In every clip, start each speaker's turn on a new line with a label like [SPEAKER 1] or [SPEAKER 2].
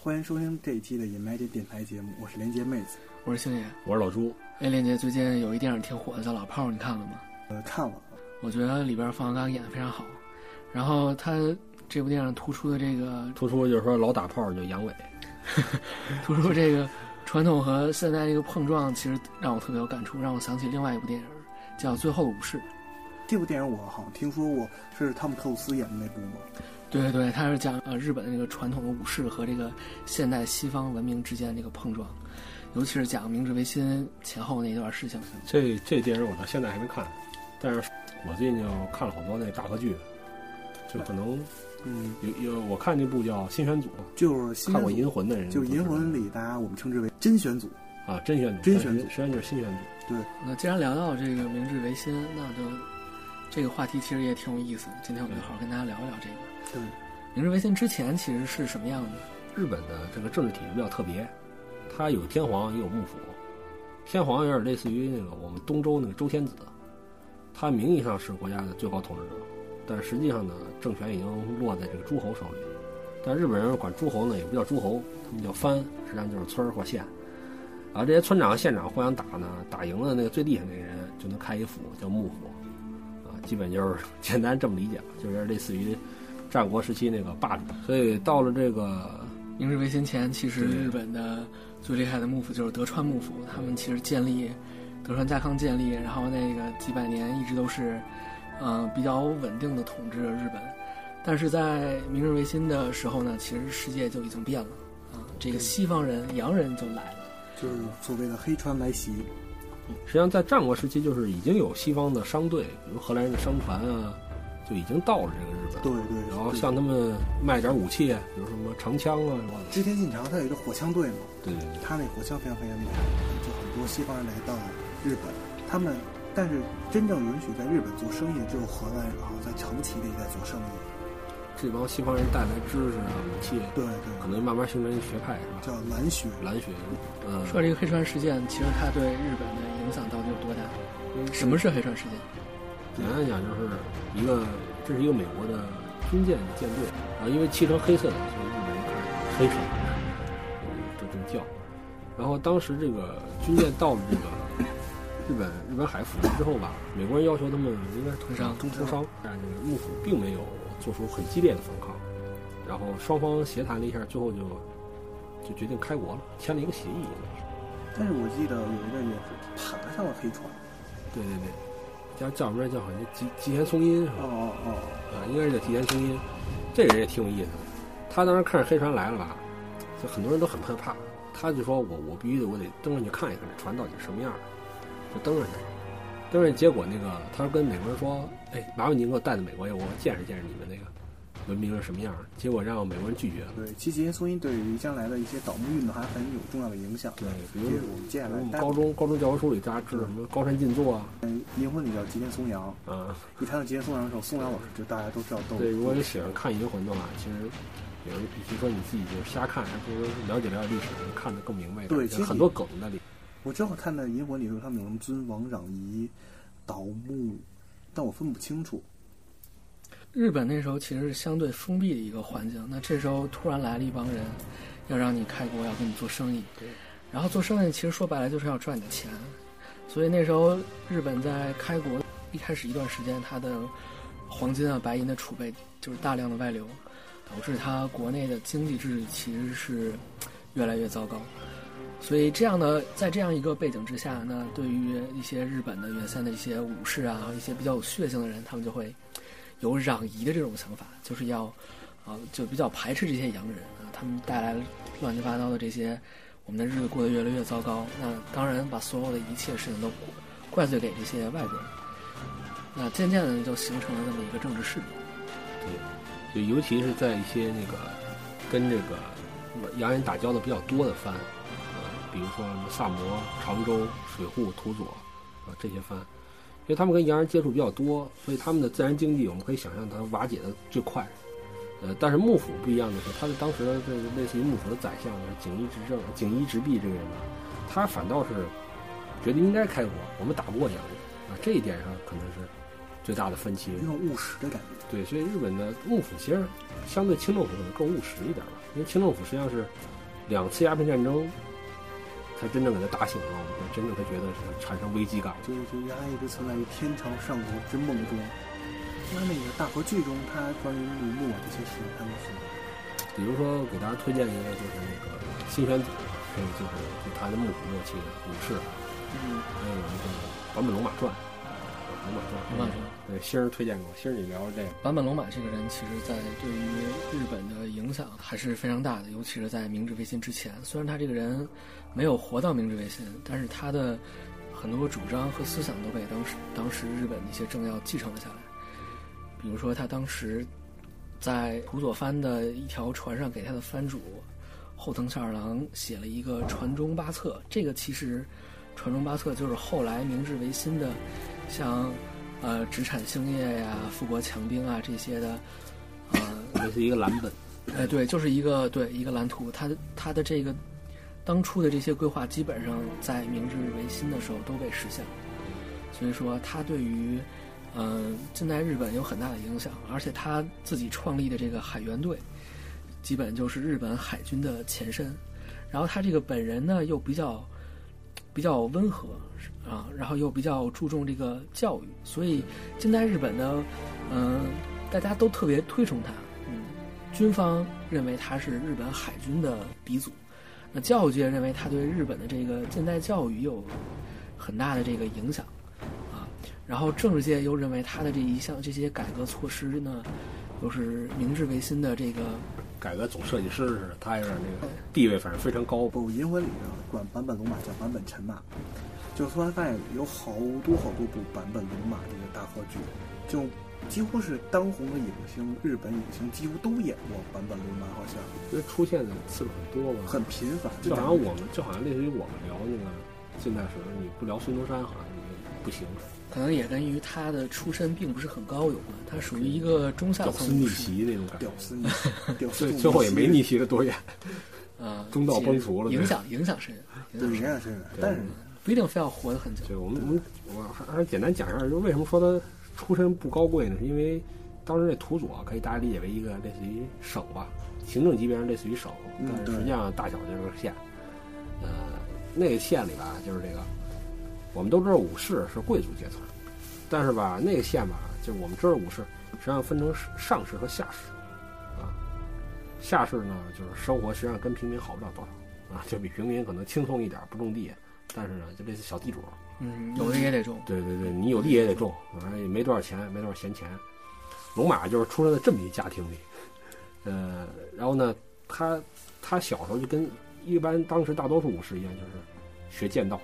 [SPEAKER 1] 欢迎收听这一期的 Imagine 电台节目，我是连接妹子。
[SPEAKER 2] 我是星爷。
[SPEAKER 3] 我是老朱，
[SPEAKER 2] 哎，链姐，最近有一电影挺火的，叫《老炮儿》，你看了吗？
[SPEAKER 1] 呃，看了，
[SPEAKER 2] 我觉得里边冯小刚演的非常好。然后他这部电影突出的这个，
[SPEAKER 3] 突出就是说老打炮就阳痿，
[SPEAKER 2] 突出这个传统和现代这个碰撞，其实让我特别有感触，让我想起另外一部电影叫《最后的武士》。
[SPEAKER 1] 这部电影我好像听说过，是汤姆克鲁斯演的那部吗？
[SPEAKER 2] 对对对，它是讲呃日本的这个传统的武士和这个现代西方文明之间的这个碰撞，尤其是讲明治维新前后那一段事情。
[SPEAKER 3] 这这电影我到现在还没看，但是我最近就看了好多那大合剧，就可能
[SPEAKER 1] 嗯，
[SPEAKER 3] 有有我看那部叫《新选组
[SPEAKER 1] 就是》，新选
[SPEAKER 3] 看过《
[SPEAKER 1] 组，
[SPEAKER 3] 银魂》的人
[SPEAKER 1] 就是《银魂》里大家我们称之为甄选组。
[SPEAKER 3] 啊，真选组，
[SPEAKER 1] 真选组
[SPEAKER 3] 实际上就是新选组。
[SPEAKER 2] 那既然聊到这个明治维新，那就这个话题其实也挺有意思的。今天我们就好好跟大家聊一聊这个
[SPEAKER 1] 对，
[SPEAKER 2] 明治维新之前其实是什么样的。
[SPEAKER 3] 日本的这个政治体制比较特别，它有天皇也有幕府，天皇有点类似于那个我们东周那个周天子，他名义上是国家的最高统治者，但实际上呢，政权已经落在这个诸侯手里。但日本人管诸侯呢，也不叫诸侯，他们叫藩，实际上就是村儿或县。啊，这些村长、县长互相打呢，打赢了那个最厉害那个人就能开一府，叫幕府。啊，基本就是简单这么理解吧，就是类似于战国时期那个霸主。所以到了这个
[SPEAKER 2] 明治维新前，其实
[SPEAKER 3] 对
[SPEAKER 2] 日本的最厉害的幕府就是德川幕府，他们其实建立德川家康建立，然后那个几百年一直都是，嗯、比较稳定的统治着日本。但是在明治维新的时候呢，其实世界就已经变了啊、这个西方人、洋人就来了。
[SPEAKER 1] 就是所谓的黑船来袭。
[SPEAKER 3] 实际上，在战国时期，就是已经有西方的商队，比如荷兰人的商船啊，就已经到了这个日本。
[SPEAKER 1] 对对，
[SPEAKER 3] 然后
[SPEAKER 1] 对
[SPEAKER 3] 向他们卖点武器，比如什么长枪啊什么的。
[SPEAKER 1] 织田信长他有一个火枪队嘛，
[SPEAKER 3] 对对对，
[SPEAKER 1] 他那火枪非常非常厉害，就很多西方人来到日本，他们但是真正允许在日本做生意的只有荷兰人，好像在长期的在做生意。
[SPEAKER 3] 这帮西方人带来知识啊、武器，
[SPEAKER 1] 对
[SPEAKER 3] 可
[SPEAKER 1] 对，
[SPEAKER 3] 能慢慢形成一个学派，是吧？
[SPEAKER 1] 叫蓝血。
[SPEAKER 3] 蓝学，嗯，
[SPEAKER 2] 说这个黑船事件，其实它对日本的影响到底有多大？嗯什么是黑船事件？
[SPEAKER 3] 简单来讲，就是一个，这是一个美国的军舰的舰队，然后因为漆成黑色的，所以日本人看着黑船，就这么叫。然后当时这个军舰到了这个日本日本海附近之后吧，美国人要求他们应该是通商，
[SPEAKER 2] 通
[SPEAKER 3] 通商，但这个幕府并没有做出很激烈的反抗，然后双方协谈了一下，最后就就决定开国了，签了一个协议。
[SPEAKER 1] 但是我记得有一阵也是爬上了黑船。
[SPEAKER 3] 对对对，叫叫什么来着？好像叫吉吉田松阴是吧？
[SPEAKER 1] 哦哦
[SPEAKER 3] 啊，应该是叫提前声音。这个人也挺有意思的，他当时看着黑船来了吧，就很多人都很害怕。他就说我我必须得我得登上去看一看这船到底是什么样儿，就登上去了。登上去，结果那个他跟美国人说，哎，麻烦您给我带到美国去，我见识见识你们那个文明是什么样儿。结果让美国人拒绝
[SPEAKER 1] 哦，。
[SPEAKER 3] 了
[SPEAKER 1] 对，其实吉田松阴对于将来的一些岛民运动还很有重要的影响。
[SPEAKER 3] 对，
[SPEAKER 1] 这
[SPEAKER 3] 比如
[SPEAKER 1] 是我们接下
[SPEAKER 3] 我
[SPEAKER 1] 来
[SPEAKER 3] 们
[SPEAKER 1] 大
[SPEAKER 3] 高中高中教科书里大家知道什么高山静坐啊，
[SPEAKER 1] 银魂里叫吉田松阳，
[SPEAKER 3] 啊，
[SPEAKER 1] 一谈到吉田松阳的时候，松阳老师就大家都知道都
[SPEAKER 3] 对，如果你喜欢看《银魂》的话，其实有人与其说你自己就是瞎看，还不如了解了解历史，能看得更明白一点。
[SPEAKER 1] 对
[SPEAKER 3] 就
[SPEAKER 1] 其实
[SPEAKER 3] 很多梗在里。
[SPEAKER 1] 我知道我看的《银魂》里头，他们有什么尊王攘夷、倒木，但我分不清楚。
[SPEAKER 2] 日本那时候其实是相对封闭的一个环境，那这时候突然来了一帮人，要让你开国，要跟你做生意
[SPEAKER 3] 对，
[SPEAKER 2] 然后做生意其实说白了就是要赚你的钱，所以那时候日本在开国一开始一段时间，它的黄金啊、白银的储备就是大量的外流，导致它国内的经济秩序其实是越来越糟糕。所以这样的，在这样一个背景之下，那对于一些日本的原先的一些武士啊，一些比较有血性的人，他们就会有攘夷的这种想法，就是要啊、就比较排斥这些洋人啊，他们带来乱七八糟的这些，我们的日子过得越来越糟糕。那当然，把所有的一切事情都怪罪给这些外国人。那渐渐的就形成了这么一个政治势力。
[SPEAKER 3] 对，就尤其是在一些那个跟这个洋人打交道比较多的藩，呃，比如说什么萨摩、常州、水户、土佐啊、这些藩，因为他们跟洋人接触比较多，所以他们的自然经济我们可以想象它瓦解的最快。呃，但是幕府不一样的是，他的当时的这个类似于幕府的宰相就是锦衣执政、锦衣直弼这个人呢，他啊反倒是觉得应该开国，我们打不过洋人啊，这一点上可能是最大的分歧。
[SPEAKER 1] 有一种务实的感觉。
[SPEAKER 3] 对，所以日本的幕府其实相对清政府可能更务实一点吧，因为清政府实际上是两次鸦片战争才真正给他打醒了，我们真正才觉得是产生危机感。
[SPEAKER 1] 就是就是它一直存在于天朝上国之梦中。那那个大和剧中，它关于陵墓啊这些事情，他们说
[SPEAKER 3] 比如说，给大家推荐一个就是那个新选组，还有就是就他的幕府末期的武士，
[SPEAKER 1] 嗯，
[SPEAKER 3] 还有那个版本龙马传，龙马传，
[SPEAKER 2] 龙马传
[SPEAKER 3] 对，星儿推荐过，星儿你聊聊这个，
[SPEAKER 2] 坂本龙马这个人，其实在对于日本的影响还是非常大的，尤其是在明治维新之前。虽然他这个人没有活到明治维新，但是他的很多主张和思想都被当时当时日本的一些政要继承了下来。比如说，他当时在土佐藩的一条船上给他的藩主后藤孝二郎写了一个《船中八策》，这个其实《船中八策》就是后来明治维新的，像呃职产兴业呀、富国强兵啊这些的，呃，
[SPEAKER 3] 类似一个蓝本，
[SPEAKER 2] 哎，对，就是一个对一个蓝图，它的它的这个当初的这些规划，基本上在明治维新的时候都被实现了。所以说，它对于嗯、呃近代日本有很大的影响，而且他自己创立的这个海援队，基本就是日本海军的前身。然后他这个本人呢，又比较比较温和啊，然后又比较注重这个教育，所以近代日本呢，嗯、大家都特别推崇他。嗯，军方认为他是日本海军的鼻祖，那教育界认为他对日本的这个近代教育有很大的这个影响啊。然后政治界又认为他的这一项这些改革措施呢，又是明治维新的这个
[SPEAKER 3] 改革总设计师似的，他有点那个地位，反正非常高吧。
[SPEAKER 1] 不，《银魂》里呢管版本龙马叫版本陈马，就突然发现有好多好多部版本龙马这个大合剧，就几乎是当红的影星，日本影星几乎都演过版本龙马，好像
[SPEAKER 3] 因为出现的次数很多嘛，
[SPEAKER 1] 很频繁。
[SPEAKER 3] 就好像我们就好像类似于我们聊那个近代史，你不聊孙中山好像也不行，
[SPEAKER 2] 可能也跟于他的出身并不是很高有关，他属于一个中下
[SPEAKER 3] 屌丝
[SPEAKER 2] 层
[SPEAKER 3] 逆
[SPEAKER 2] 知识
[SPEAKER 3] 袭那种感觉
[SPEAKER 1] 屌。丝 逆袭，屌丝
[SPEAKER 3] 最
[SPEAKER 1] 逆袭
[SPEAKER 3] 最后也没逆袭的多远，
[SPEAKER 2] 啊，
[SPEAKER 3] 中道崩殂了
[SPEAKER 2] 影响影响深远，影
[SPEAKER 1] 对，
[SPEAKER 2] 响
[SPEAKER 1] 影
[SPEAKER 2] 深远
[SPEAKER 1] 响深远。但是
[SPEAKER 2] 不一定非要活得很久。
[SPEAKER 3] 对，我们我们我还还是简单讲一下，就是为什么说他出身不高贵呢？是因为当时这土佐啊可以大家理解为一个类似于省吧，行政级别上类似于省，
[SPEAKER 1] 嗯
[SPEAKER 3] 但是
[SPEAKER 1] 对
[SPEAKER 3] 实际上大小就是个县。呃，那个县里吧，就是这个，我们都知道武士是贵族阶层，但是吧，那个县吧，就是我们知道武士实际上分成上士和下士，啊，下士呢就是生活实际上跟平民好不了多少啊，就比平民可能轻松一点，不种地，但是呢就类似小地主。
[SPEAKER 2] 嗯，有的也得种。
[SPEAKER 3] 对对对，你有地也得种，反正也没多少钱，没多少闲钱。龙马就是出生在这么一家庭里， 呃，然后呢，他他小时候就跟一般当时大多数武士一样，就是学剑道，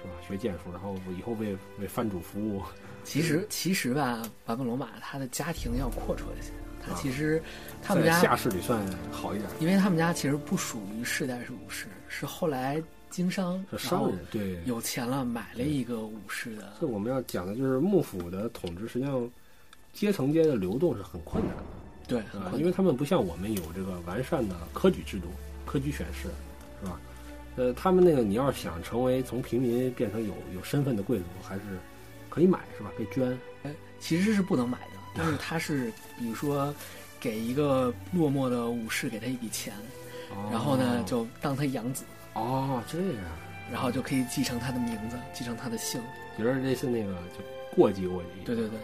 [SPEAKER 3] 是吧？学剑术，然后以后为为藩主服务。
[SPEAKER 2] 其实其实吧，坂本龙马他的家庭要阔绰一些，他其实他们
[SPEAKER 3] 啊在
[SPEAKER 2] 家，
[SPEAKER 3] 下士里算好一点，
[SPEAKER 2] 因为他们家其实不属于世代是武士，是后来经商，
[SPEAKER 3] 是
[SPEAKER 2] 然
[SPEAKER 3] 商
[SPEAKER 2] 后
[SPEAKER 3] 人。啊对，
[SPEAKER 2] 有钱了买了一个武士的。
[SPEAKER 3] 这我们要讲的就是幕府的统治，实际上阶层间的流动是很困难的。
[SPEAKER 2] 对，很
[SPEAKER 3] 啊
[SPEAKER 2] 困，难
[SPEAKER 3] 因为他们不像我们有这个完善的科举制度、科举选试，是吧？呃，他们那个你要是想成为从平民变成有有身份的贵族，还是可以买是吧？可以捐，
[SPEAKER 2] 其实是不能买的，但是他是比如说给一个落寞的武士给他一笔钱，然后呢就当他养子，
[SPEAKER 3] 哦这样，
[SPEAKER 2] 然后就可以继承他的名字，继承他的姓。
[SPEAKER 3] 有点类似那个就过继过继，
[SPEAKER 2] 对对对，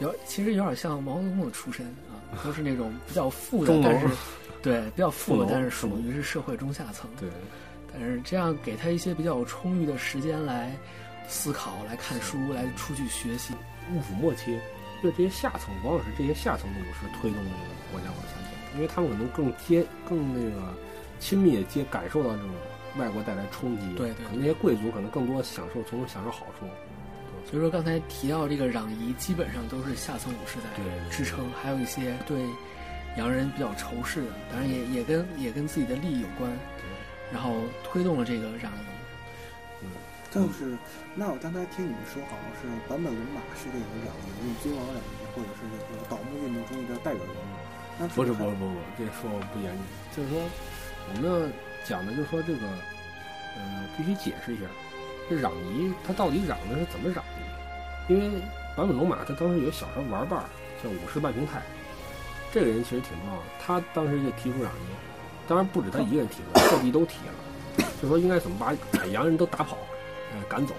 [SPEAKER 2] 有其实有点像毛泽东的出身啊，都是那种比较富的
[SPEAKER 3] 中，
[SPEAKER 2] 但
[SPEAKER 3] 农
[SPEAKER 2] 是对比较富
[SPEAKER 3] 富
[SPEAKER 2] 的
[SPEAKER 3] 农，
[SPEAKER 2] 但是属于是社会中下层。
[SPEAKER 3] 对，
[SPEAKER 2] 但是这样给他一些比较充裕的时间来思考、来看书、来出去学习。
[SPEAKER 3] 幕府末期，就这些下层，往往是这些下层的武士推动这个国家往前走，因为他们可能更接、更那个亲密的接感受到这种外国带来冲击。
[SPEAKER 2] 对对
[SPEAKER 3] 可能那些贵族可能更多享受从中享受好处。
[SPEAKER 2] 所以说刚才提到这个攘夷，基本上都是下层武士
[SPEAKER 3] 对对
[SPEAKER 2] 在
[SPEAKER 3] 对
[SPEAKER 2] 支撑，还有一些对洋人比较仇视的，当然也也跟也跟自己的利益有关，然后推动了这个攘夷。
[SPEAKER 1] 就是，那我刚才听你们说，好像是坂本龙马是这个两个尊王两个，或者是这个倒幕运动中的代表人物。那
[SPEAKER 3] 不是不
[SPEAKER 1] 是
[SPEAKER 3] 是不是，这说我不严谨，就是说我们要讲的就是说这个，呃，必须解释一下，这攘夷它到底攘的是怎么攘夷？因为坂本龙马他当时有小时候玩伴儿叫武士半平太，这个人其实挺重要的，他当时就提出攘夷，当然不止他一个人提出，各地都提了，就说应该怎么把把洋人都打跑，呃赶走。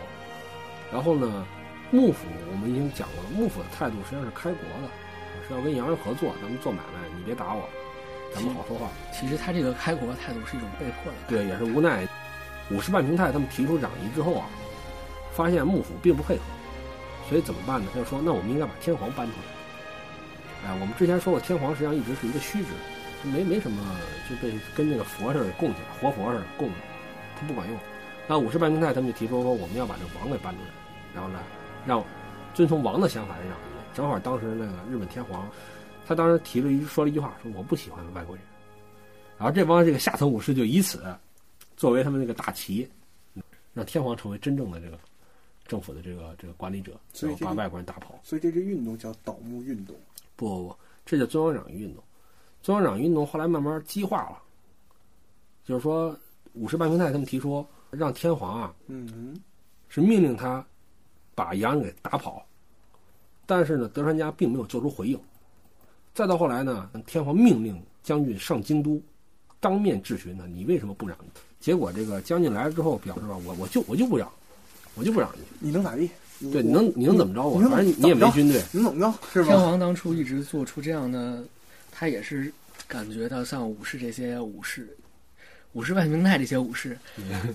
[SPEAKER 3] 然后呢，幕府我们已经讲过了，幕府的态度实际上是开国的，啊是要跟洋人合作，咱们做买卖，你别打我，咱们好说话。
[SPEAKER 2] 其实他这个开国态度是一种被迫的。
[SPEAKER 3] 对，也是无奈。五十万平太他们提出攘夷之后啊，发现幕府并不配合，所以怎么办呢？他就说，那我们应该把天皇搬出来。哎，我们之前说过，天皇实际上一直是一个虚职，没没什么，就被跟那个佛似的供起来，活佛似的供着，他不管用。那五十万平太他们就提出说，我们要把这王给搬出来，然后呢，让遵从王的想法来攘夷。正好当时那个日本天皇，他当时提了一说了一句话，说我不喜欢外国人。然后这帮这个下层武士就以此作为他们那个大旗，让天皇成为真正的这个政府的这个这个管理者，
[SPEAKER 1] 所
[SPEAKER 3] 然
[SPEAKER 1] 以
[SPEAKER 3] 后
[SPEAKER 1] 这
[SPEAKER 3] 把
[SPEAKER 1] 个
[SPEAKER 3] 外国人打跑。
[SPEAKER 1] 所以这支运动叫倒幕运动。
[SPEAKER 3] 不不不，这叫尊王攘夷运动。尊王攘夷运动后来慢慢激化了，就是说五十半平太他们提出让天皇啊
[SPEAKER 1] 嗯，
[SPEAKER 3] 是命令他把洋人给打跑，但是呢，德川家并没有做出回应。再到后来呢，天皇命令将军上京都，当面质询他，你为什么不让你？结果这个将军来了之后表示吧，我我就我就不让，我就不让你。
[SPEAKER 1] 你能咋地？
[SPEAKER 3] 对，你能你能怎么着我？
[SPEAKER 1] 你能
[SPEAKER 3] 反正你
[SPEAKER 1] 怎
[SPEAKER 3] 也
[SPEAKER 1] 么
[SPEAKER 3] 没
[SPEAKER 1] 着
[SPEAKER 3] 军队，
[SPEAKER 1] 你怎么着是
[SPEAKER 2] 天
[SPEAKER 1] 吧？
[SPEAKER 2] 皇当初一直做出这样的，他也是感觉到像武士这些武士，武士万明太这些武 士，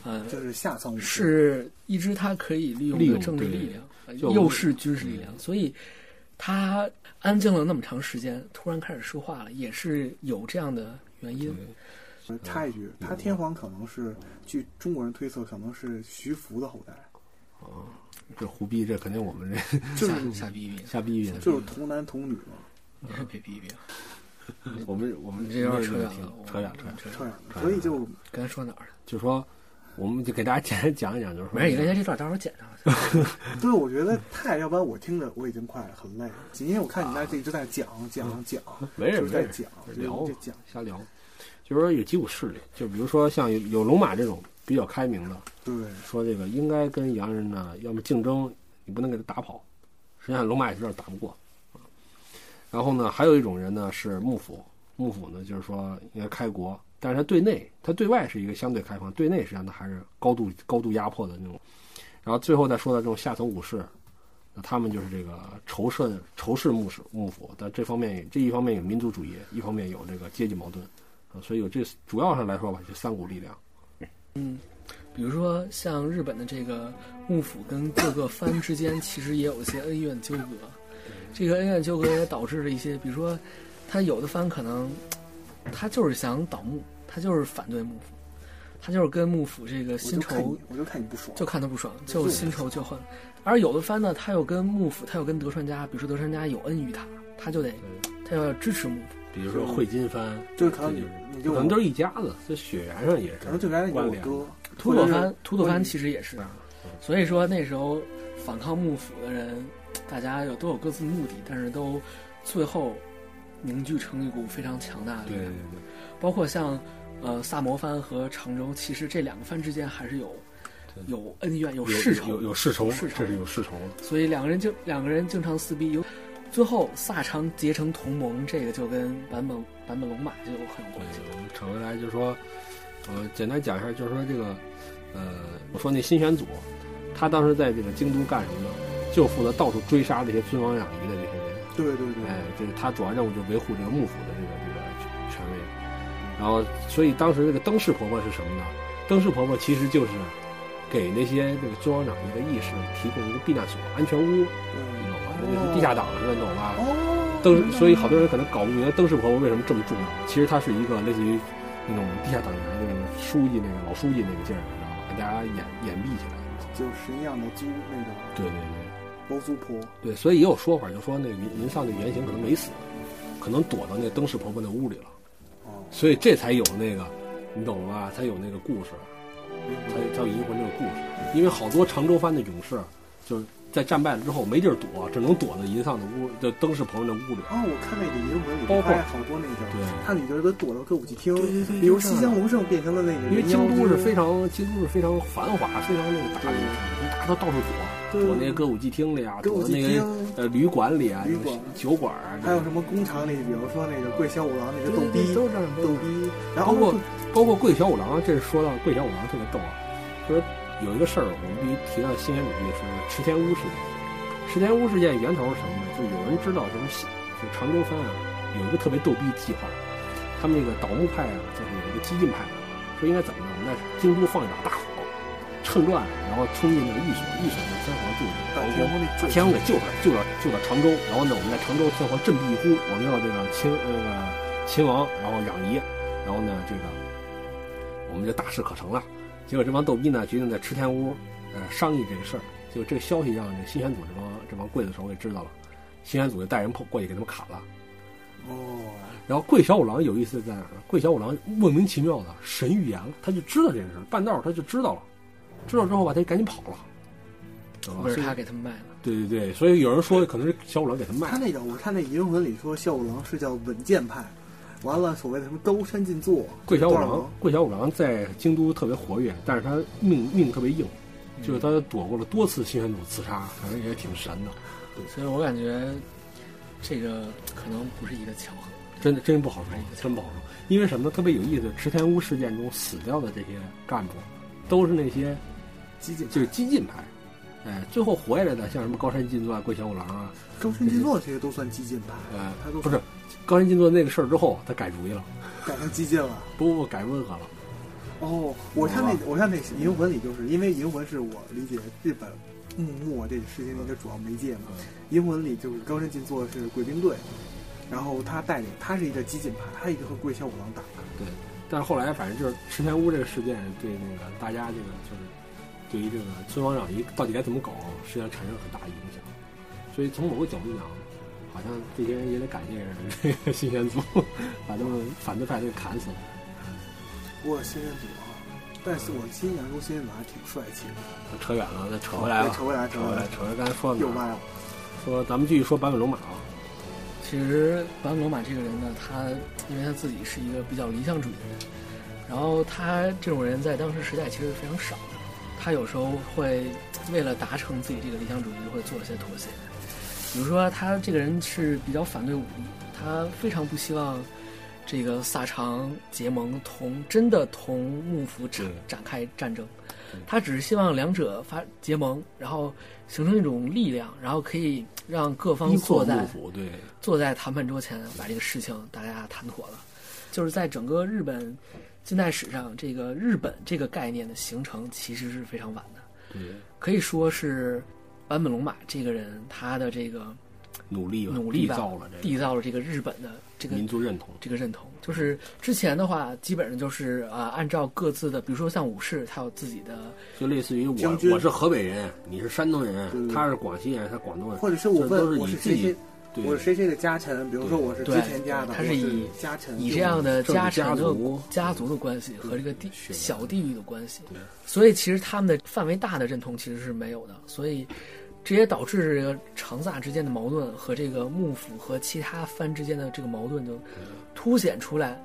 [SPEAKER 2] 呃，
[SPEAKER 1] 就是下层武士，
[SPEAKER 2] 是一支他可以利用
[SPEAKER 3] 利
[SPEAKER 2] 的
[SPEAKER 3] 用
[SPEAKER 2] 政治
[SPEAKER 3] 对
[SPEAKER 2] 力量，呃
[SPEAKER 3] 就嗯
[SPEAKER 2] 又是军事力量，所以他安静了那么长时间，突然开始说话了，也是有这样的原因。
[SPEAKER 1] 插一句，
[SPEAKER 3] 嗯
[SPEAKER 1] 他天皇可能是，据中国人推测，可能是徐福的后代，
[SPEAKER 3] 这胡逼，这肯定我们这
[SPEAKER 1] 就是
[SPEAKER 2] 瞎瞎逼逼，
[SPEAKER 3] 瞎逼逼呢。
[SPEAKER 1] 就是童男童女嘛，
[SPEAKER 3] 嗯
[SPEAKER 2] 别逼逼了，
[SPEAKER 3] 我们我们
[SPEAKER 2] 你这有点
[SPEAKER 3] 那
[SPEAKER 2] 扯
[SPEAKER 3] 个
[SPEAKER 2] 远
[SPEAKER 3] 挺
[SPEAKER 2] 了，
[SPEAKER 3] 扯远扯远。
[SPEAKER 2] 扯
[SPEAKER 1] 这
[SPEAKER 2] 远了。
[SPEAKER 1] 样的，所以就
[SPEAKER 2] 刚才说哪儿了？
[SPEAKER 3] 就是说，我们就给大家 简单讲一讲，就是说
[SPEAKER 2] 没事，你刚才这段待会儿剪上去。
[SPEAKER 1] 对，我觉得太，要不然我听着我已经快很累了，仅因为我看你们家一直在讲讲讲，
[SPEAKER 3] 啊嗯没事
[SPEAKER 1] 就是在
[SPEAKER 3] 没事
[SPEAKER 1] 讲，就是
[SPEAKER 3] 聊
[SPEAKER 1] 在讲，
[SPEAKER 3] 瞎聊，就是说有几股势力，就比如说像有有龙马这种比较开明的，
[SPEAKER 1] 对，
[SPEAKER 3] 说这个应该跟洋人呢，要么竞争，你不能给他打跑。实际上龙马也知道打不过。啊然后呢，还有一种人呢是幕府，幕府呢就是说应该开国，但是他对内，他对外是一个相对开放，对内实际上他还是高度高度压迫的那种。然后最后再说到这种下层武士，那他们就是这个仇视仇视幕府幕府，但这方面这一方面有民族主义，一方面有这个阶级矛盾，啊，所以有这主要上来说吧，这三股力量。
[SPEAKER 2] 比如说像日本的这个幕府跟各个藩之间，其实也有一些恩怨纠葛。这个恩怨纠葛也导致了一些，比如说，他有的藩可能，他就是想倒幕，他就是反对幕府，他就是跟幕府这个
[SPEAKER 1] 我就
[SPEAKER 2] 新
[SPEAKER 1] 看
[SPEAKER 2] 仇
[SPEAKER 1] 你，我就看你不爽，
[SPEAKER 2] 就看他不爽，就新仇旧恨。而有的藩呢，他又跟幕府，他又跟德川家，比如说德川家有恩于他，他就得他要支持幕府。
[SPEAKER 3] 比如说汇金藩，
[SPEAKER 1] 就是可能
[SPEAKER 3] 这
[SPEAKER 1] 你
[SPEAKER 3] 就是
[SPEAKER 1] 你就
[SPEAKER 3] 可能都是一家子，这血缘上也是
[SPEAKER 1] 可能就来你
[SPEAKER 3] 关
[SPEAKER 1] 我
[SPEAKER 3] 联。
[SPEAKER 1] 哥，
[SPEAKER 2] 土
[SPEAKER 1] 或
[SPEAKER 2] 佐
[SPEAKER 1] 者是
[SPEAKER 2] 藩，土佐藩其实也是，所以说那时候反抗幕府的人，大家有都有各自的目的，但是都最后凝聚成一股非常强大的力
[SPEAKER 3] 对对
[SPEAKER 2] 量。
[SPEAKER 3] 对
[SPEAKER 2] 包括像呃萨摩藩和常州，其实这两个藩之间还是有有恩怨、有
[SPEAKER 3] 对，
[SPEAKER 2] 世仇
[SPEAKER 3] 有有有世仇，
[SPEAKER 2] 世仇
[SPEAKER 3] 这是有世仇的。
[SPEAKER 2] 所以两个人就两个人经常撕逼，有最后萨长结成同盟，这个就跟坂本坂本龙马就很有
[SPEAKER 3] 对
[SPEAKER 2] 关系。，
[SPEAKER 3] 我们扯回来就是说，呃，简单讲一下，就是说这个，呃，我说那新选组，他当时在这个京都干什么呢？就负责到处追杀这些尊王攘夷的这些人。
[SPEAKER 1] 对对对，
[SPEAKER 3] 哎，这个他主要任务就维护这个幕府的这个这个权威。然后，所以当时这个灯市婆婆是什么呢？灯市婆婆其实就是给那些这个尊王攘夷的义士提供一个避难所、安全屋，你
[SPEAKER 1] 嗯
[SPEAKER 3] 懂吧？那就是地下党似的，你懂吧？
[SPEAKER 1] 哦，
[SPEAKER 3] 灯，所以好
[SPEAKER 1] 多
[SPEAKER 3] 多人可能搞不明白灯市婆婆为什么这么重要。其实它是一个类似于那种地下党员那个书记那个老书记那个劲儿，你知道吧？给大家掩掩蔽起来。你知道吗
[SPEAKER 1] 就是一样的租那个
[SPEAKER 3] 对对对
[SPEAKER 1] 包租婆，
[SPEAKER 3] 对，所以也有说法，就说那个云云上那原型可能没死，可能躲到那灯市婆婆那屋里了，
[SPEAKER 1] 哦，
[SPEAKER 3] 所以这才有那个，你懂了吧？才有那嗯个故事，才才有银魂这个故事。因为好多常州藩的勇士，就是在战败了之后没地儿躲，只能躲在银上的屋，就灯市朋友的屋里。
[SPEAKER 1] 哦，我看那个银魂里
[SPEAKER 3] 包
[SPEAKER 1] 面发
[SPEAKER 3] 括
[SPEAKER 1] 现好多那个，
[SPEAKER 3] 对
[SPEAKER 1] 他女的都躲到歌舞伎厅，
[SPEAKER 2] 对对对
[SPEAKER 1] 比如
[SPEAKER 2] 就是
[SPEAKER 1] 西乡隆盛变成了那个
[SPEAKER 3] 因为
[SPEAKER 1] 人妖
[SPEAKER 3] 京
[SPEAKER 1] 之
[SPEAKER 3] 都是
[SPEAKER 1] 类的
[SPEAKER 3] 非常，京都是非常繁华、非常那个大的一个城市，大家都到处躲，
[SPEAKER 1] 对
[SPEAKER 3] 躲那些歌舞伎厅里啊，
[SPEAKER 1] 歌舞
[SPEAKER 3] 躲
[SPEAKER 1] 伎
[SPEAKER 3] 那个
[SPEAKER 1] 厅，
[SPEAKER 3] 呃旅馆里啊，
[SPEAKER 1] 旅馆
[SPEAKER 3] 酒馆啊，
[SPEAKER 1] 还有什么工厂里，比如说那个桂小五郎那
[SPEAKER 3] 对
[SPEAKER 1] 个逗
[SPEAKER 3] 对对
[SPEAKER 1] 逼
[SPEAKER 3] 都是这样都是这
[SPEAKER 1] 逗
[SPEAKER 3] 样
[SPEAKER 1] 逼，然后
[SPEAKER 3] 包括包括桂小五郎，这是说到桂小五郎特别逗啊，就是有一个事儿，我们必须提到新选主义，是池田屋事件。池田屋事件源头是什么呢？就是有人知道，就是西就是长州藩啊，有一个特别逗逼计划，他们那个倒幕派啊，就是有一个激进派，啊说应该怎么呢？我们在京都放一把大火，趁乱然后冲进那个御所，御所那天皇住的
[SPEAKER 1] 把
[SPEAKER 3] 皇
[SPEAKER 1] 天
[SPEAKER 3] 宫。
[SPEAKER 1] 皇那
[SPEAKER 3] 把天皇给救出来，救到救到常州，然后呢，我们在常州天皇振臂一呼，我们要这个亲那个、亲王，然后攘夷，然后呢，这个我们就大事可成了。结果这帮逗逼呢，决定在池田屋，呃，商议这个事儿。结果这个消息让这新选组这帮这帮刽子手给知道了，新选组就带人过过去给他们砍了。
[SPEAKER 1] 哦，
[SPEAKER 3] 然后桂小五郎有意思在哪儿呢？桂小五郎莫名其妙的神预言了，他就知道这件事儿，半道儿他就知道了，知道之后吧，他就赶紧跑了。懂
[SPEAKER 2] 不
[SPEAKER 3] 吧
[SPEAKER 2] 是
[SPEAKER 3] 所以
[SPEAKER 2] 他给他们卖的。
[SPEAKER 3] 对对对，所以有人说可能是小五郎给他卖
[SPEAKER 1] 他
[SPEAKER 3] 的，
[SPEAKER 1] 那个我看那银魂里说小五郎是叫稳健派，完了所谓的什么高山静坐，
[SPEAKER 3] 桂小五
[SPEAKER 1] 多少
[SPEAKER 3] 郎
[SPEAKER 1] 郎，
[SPEAKER 3] 桂小五郎在京都特别活跃，但是他命命特别硬，
[SPEAKER 2] 嗯
[SPEAKER 3] 就是他躲过了多次新选组刺杀，反正也挺神的，
[SPEAKER 2] 所以我感觉这个可能不是一个巧合。
[SPEAKER 3] 真的嗯真不好说，真不好说。因为什么呢？特别有意思，池田屋事件中死掉的这些干部，都是那些
[SPEAKER 1] 激进派
[SPEAKER 3] 就是激进派，哎，最后活下来的像什么高山进作啊、桂小五郎啊，
[SPEAKER 1] 高山静坐这些都算激进派，
[SPEAKER 3] 呃
[SPEAKER 1] 他都，
[SPEAKER 3] 不是高山进作那个事儿之后，他改主意了，
[SPEAKER 1] 改成激进了。
[SPEAKER 3] 不不不改温和了，
[SPEAKER 1] 哦，我看
[SPEAKER 3] 好
[SPEAKER 1] 那
[SPEAKER 3] 吧
[SPEAKER 1] 我看那银魂里，就是因为银魂是我理解日本幕末这个事情的一个主要媒介嘛。
[SPEAKER 3] 嗯
[SPEAKER 1] 银魂里就是高山进作是贵兵队，然后他带领他是一个激进派，他一个和桂小五郎打。
[SPEAKER 3] 对，但是后来反正就是池田屋这个事件对那个大家这个就是对于这个村方攘夷到底该怎么搞，实际上产生很大的影响。所以从某个角度讲，好像这些人也得感谢这个新选组，把他们反对派给砍死了。
[SPEAKER 1] 不过新人组啊，但是我新年中新人组还挺帅气的，
[SPEAKER 3] 扯远了，再扯回来吧，
[SPEAKER 1] 扯回来
[SPEAKER 3] 扯
[SPEAKER 1] 扯回
[SPEAKER 3] 来
[SPEAKER 1] 来，
[SPEAKER 3] 扯回来。刚才说到
[SPEAKER 1] 又
[SPEAKER 3] 哪
[SPEAKER 1] 歪
[SPEAKER 3] 儿？
[SPEAKER 1] 了。
[SPEAKER 3] 说咱们继续说坂本龙马啊。
[SPEAKER 2] 其实坂本龙马这个人呢，他因为他自己是一个比较理想主义的人，然后他这种人在当时时代其实是非常少的。他有时候会为了达成自己这个理想主义，会做一些妥协。比如说，他这个人是比较反对武力，他非常不希望这个萨长结盟同真的同幕府展
[SPEAKER 3] 对
[SPEAKER 2] 展开战争
[SPEAKER 3] 对，
[SPEAKER 2] 他只是希望两者发结盟，然后形成一种力量，然后可以让各方
[SPEAKER 3] 一
[SPEAKER 2] 坐
[SPEAKER 3] 阔
[SPEAKER 2] 在
[SPEAKER 3] 幕府对，
[SPEAKER 2] 坐在谈判桌前把这个事情大家谈妥了，就是在整个日本近代史上，这个日本这个概念的形成其实是非常晚的，
[SPEAKER 3] 对
[SPEAKER 2] 可以说是坂本龙马这个人他的这个
[SPEAKER 3] 努力吧
[SPEAKER 2] 努力
[SPEAKER 3] 缔
[SPEAKER 2] 吧
[SPEAKER 3] 造了，这个
[SPEAKER 2] 缔造了这个日本的这个
[SPEAKER 3] 民族认同。
[SPEAKER 2] 这个认同。就是之前的话，基本上就是啊、按照各自的，比如说像武士，他有自己的
[SPEAKER 3] 就类似于我
[SPEAKER 1] 将军
[SPEAKER 3] 我是河北人，你是山东人，
[SPEAKER 1] 对
[SPEAKER 3] 他是广西人，他广东人，
[SPEAKER 1] 或者是我
[SPEAKER 3] 这都
[SPEAKER 1] 问
[SPEAKER 3] 是
[SPEAKER 1] 我
[SPEAKER 3] 以
[SPEAKER 1] 是
[SPEAKER 3] 自
[SPEAKER 1] 谁
[SPEAKER 3] 己
[SPEAKER 1] 谁，
[SPEAKER 3] 对
[SPEAKER 1] 我是谁谁的家臣，比如说我是之
[SPEAKER 2] 对
[SPEAKER 1] 前家的，
[SPEAKER 2] 他
[SPEAKER 1] 我
[SPEAKER 2] 是
[SPEAKER 1] 是
[SPEAKER 2] 以
[SPEAKER 1] 家臣，
[SPEAKER 2] 以这样的
[SPEAKER 3] 政治
[SPEAKER 2] 家
[SPEAKER 3] 家
[SPEAKER 2] 臣的
[SPEAKER 3] 族
[SPEAKER 2] 家族的关系和这个地
[SPEAKER 3] 血缘
[SPEAKER 2] 小地域的关系
[SPEAKER 3] 对，
[SPEAKER 2] 所以其实他们的范围大的认同其实是没有的，所以这也导致这个长萨之间的矛盾和这个幕府和其他藩之间的这个矛盾就
[SPEAKER 3] 嗯
[SPEAKER 2] 凸显出来，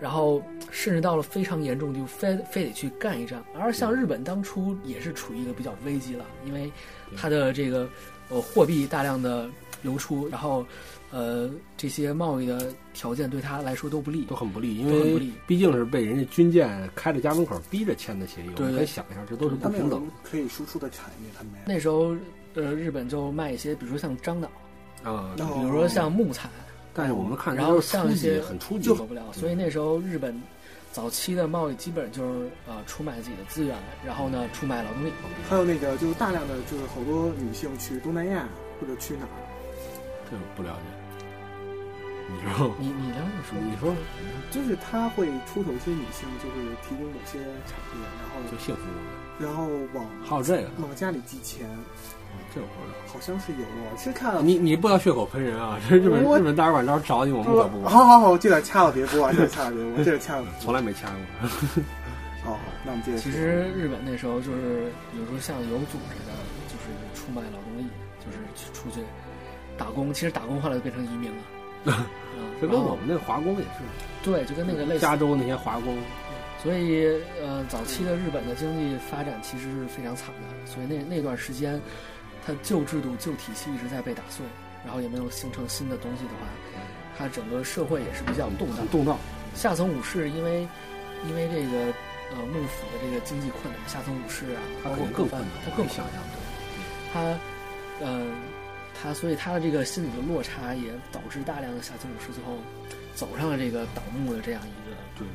[SPEAKER 2] 然后甚至到了非常严重，就非非得去干一仗。而像日本当初也是处于一个比较危机了，因为它的这个呃货币大量的流出，然后呃这些贸易的条件对它来说都不利
[SPEAKER 3] 都。很不利，因
[SPEAKER 2] 都很不
[SPEAKER 3] 为
[SPEAKER 2] 利
[SPEAKER 3] 毕竟是被人家军舰开到家门口逼着签的协议。我
[SPEAKER 2] 对
[SPEAKER 3] 们可以想一下，这都是不
[SPEAKER 1] 他们有
[SPEAKER 3] 平
[SPEAKER 1] 什
[SPEAKER 3] 等
[SPEAKER 1] 么可以输出的产业，他们没有。
[SPEAKER 2] 那时候呃日本就卖一些，比如说像樟脑，
[SPEAKER 3] 啊。
[SPEAKER 1] 那
[SPEAKER 2] 比如说像木材，
[SPEAKER 3] 但是我们看，
[SPEAKER 2] 然后
[SPEAKER 3] 这都
[SPEAKER 2] 像一
[SPEAKER 3] 是初级，
[SPEAKER 2] 些
[SPEAKER 3] 很初级
[SPEAKER 2] 就。走不了。所以那时候日本早期的贸易基本就是呃出卖自己的资源，然后呢出卖劳动力。
[SPEAKER 1] 还有那个就是大量的就是好多女性去东南亚或者去哪儿，
[SPEAKER 3] 这个不了解。你说，
[SPEAKER 2] 你你刚才说，
[SPEAKER 3] 你说，
[SPEAKER 1] 就是他会出手一些女性，就是提供某些产业，然
[SPEAKER 3] 就
[SPEAKER 1] 后
[SPEAKER 3] 幸福，
[SPEAKER 1] 然后往
[SPEAKER 3] 还有这个，
[SPEAKER 1] 往家里寄钱，
[SPEAKER 3] 这我不知
[SPEAKER 1] 好像是有啊。其实看
[SPEAKER 2] 嗯
[SPEAKER 3] 道。你你不要血口喷人啊！这日本
[SPEAKER 1] 我
[SPEAKER 3] 日本大使馆到时候找你，我们可不
[SPEAKER 1] 好。
[SPEAKER 2] 啊
[SPEAKER 1] 好好，这点掐了别播啊，这点掐了别播，这点掐了别播。
[SPEAKER 3] 从来没掐过。
[SPEAKER 1] 好好，那我们接着说。
[SPEAKER 2] 其实日本那时候就是，比如说像有组织的，就是就是出卖劳动力，就是去出去打工。其实打工后来就变成移民 了。啊，
[SPEAKER 3] 就跟
[SPEAKER 2] 然后
[SPEAKER 3] 我们那个华工也是，
[SPEAKER 2] 对，就跟那个类似
[SPEAKER 3] 加。州那些华工，
[SPEAKER 2] 所以，呃，早期的日本的经济发展其实是非常惨的，所以那那段时间，它旧制度、旧体系一直在被打碎，然后也没有形成新的东西的话，它整个社会也是比较动荡
[SPEAKER 3] 很。动荡，
[SPEAKER 2] 下层武士因为因为这个呃幕府的这个经济困难，下层武士啊，
[SPEAKER 3] 他
[SPEAKER 2] 包
[SPEAKER 3] 肯
[SPEAKER 2] 括
[SPEAKER 3] 定
[SPEAKER 2] 各
[SPEAKER 3] 更
[SPEAKER 2] 方面
[SPEAKER 3] 困难，
[SPEAKER 2] 他更困
[SPEAKER 3] 想
[SPEAKER 2] 难
[SPEAKER 3] 象不
[SPEAKER 2] 他，
[SPEAKER 3] 到。
[SPEAKER 2] 呃，他所以他的这个心理的落差也导致大量的下层武士最后走上了这个倒幕的这样一个
[SPEAKER 3] 对，